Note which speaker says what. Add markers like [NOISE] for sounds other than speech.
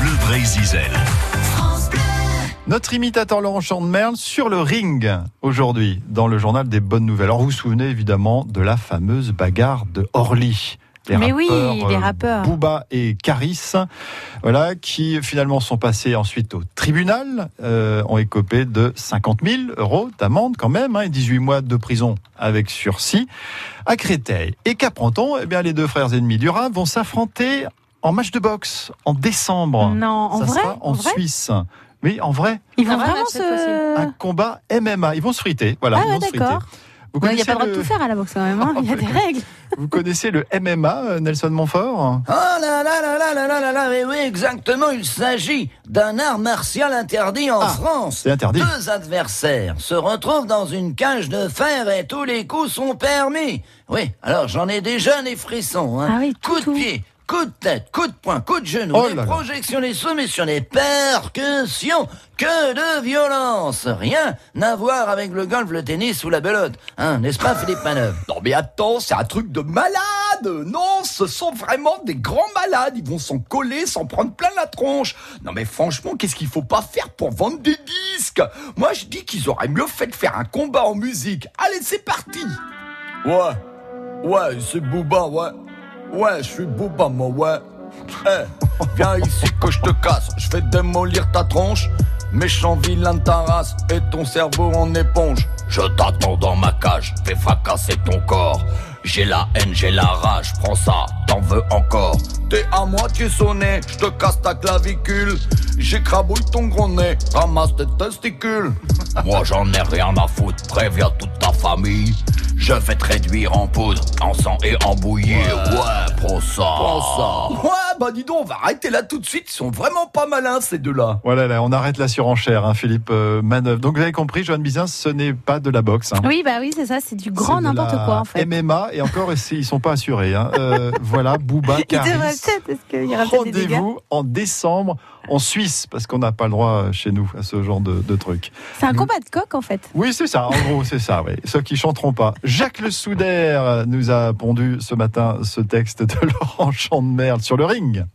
Speaker 1: Bleu Brésil.
Speaker 2: Notre imitateur Laurent Chandemerle sur le ring aujourd'hui dans le journal des bonnes nouvelles. Alors vous vous souvenez évidemment de la fameuse bagarre de Orly. Les
Speaker 3: Mais oui, les
Speaker 2: euh,
Speaker 3: rappeurs.
Speaker 2: Booba et Caris, voilà, qui finalement sont passés ensuite au tribunal, euh, ont écopé de 50 000 euros d'amende quand même, hein, et 18 mois de prison avec sursis à Créteil. Et qu'apprend-on Eh bien, les deux frères ennemis du rat vont s'affronter en match de boxe en décembre.
Speaker 3: Non, en
Speaker 2: Ça
Speaker 3: vrai,
Speaker 2: sera en,
Speaker 3: en vrai
Speaker 2: Suisse. Oui, en vrai,
Speaker 3: Ils vont
Speaker 4: Ah ouais,
Speaker 3: vraiment
Speaker 4: cette fois-ci.
Speaker 2: un
Speaker 3: se.
Speaker 2: combat MMA. Ils vont se friter. Voilà,
Speaker 3: Ah
Speaker 2: ils
Speaker 3: ouais,
Speaker 2: vont se friter.
Speaker 3: d'accord.
Speaker 2: Vous
Speaker 3: Non, Il n'y a
Speaker 2: connaissez,
Speaker 3: pas le droit de
Speaker 2: le,
Speaker 3: tout faire à la boxe quand même.
Speaker 2: [LAUGHS] Oh,
Speaker 3: hein. Il y a des règles.
Speaker 2: vous connaissez le MMA, euh, Nelson Montfort
Speaker 5: Oh là là là là là là là là, mais oui, exactement, il s'agit d'un art martial interdit en
Speaker 2: Ah,
Speaker 5: France.
Speaker 2: c'est interdit.
Speaker 5: Deux adversaires se retrouvent dans une cage de fer et tous les coups sont permis. Oui, alors j'en ai déjà les frissons. Hein.
Speaker 3: Ah oui, tout,
Speaker 5: coup de
Speaker 3: tout.
Speaker 5: pied, coup de tête, coup de poing, coup de genou,
Speaker 2: Oh
Speaker 5: des
Speaker 2: là là.
Speaker 5: projections, des soumissions, des percussions. Que de violence Rien à voir avec le golf, le tennis ou la belote. Hein, N'est-ce pas, Philippe Manœuvre
Speaker 6: Non mais attends, c'est un truc de malade Non, ce sont vraiment des grands malades, ils vont s'en coller, s'en prendre plein la tronche Non mais franchement, qu'est-ce qu'il faut pas faire pour vendre des disques Moi je dis qu'ils auraient mieux fait de faire un combat en musique Allez, c'est parti Ouais, ouais, c'est Booba, ouais Ouais, je suis Booba, moi, ouais Eh, viens ici que je te casse, je vais démolir ta tronche Méchant vilain de ta race et ton cerveau en éponge Je t'attends dans ma cage, fais fracasser ton corps J'ai la haine, j'ai la rage, prends ça, t'en veux encore T'es à moitié sonné, je te casse ta clavicule J'écrabouille ton gros nez, ramasse tes testicules Moi j'en ai rien à foutre, préviens toute ta famille je vais te réduire en poudre, en sang et en bouillie. Ouais, prends ça. Ouais, bah dis donc, on va arrêter là tout de suite. Ils sont vraiment pas malins, ces deux-là.
Speaker 2: Voilà, Oh là, on arrête la surenchère, hein, Philippe euh, Manœuvre. Donc vous avez compris, Johan Bizin, ce n'est pas de la boxe. hein.
Speaker 3: Oui, bah oui, c'est ça, c'est du grand
Speaker 2: C'est de
Speaker 3: n'importe
Speaker 2: la
Speaker 3: quoi en fait.
Speaker 2: MMA, et encore, c'est- ils sont pas assurés. hein. Euh, voilà, Booba,
Speaker 3: [LAUGHS] Il devrait
Speaker 2: Caris.
Speaker 3: peut-être, parce qu'il y aura peut-être des dégâts.
Speaker 2: Rendez-vous en décembre en Suisse, parce qu'on n'a pas le droit euh, chez nous à ce genre de, de truc.
Speaker 3: C'est un combat de coq en fait.
Speaker 2: Oui, c'est ça, en gros, c'est ça, oui. Ceux qui chanteront pas. Jacques Le [LAUGHS] Soudaire nous a pondu ce matin ce texte de Laurent Chandemerle sur le ring.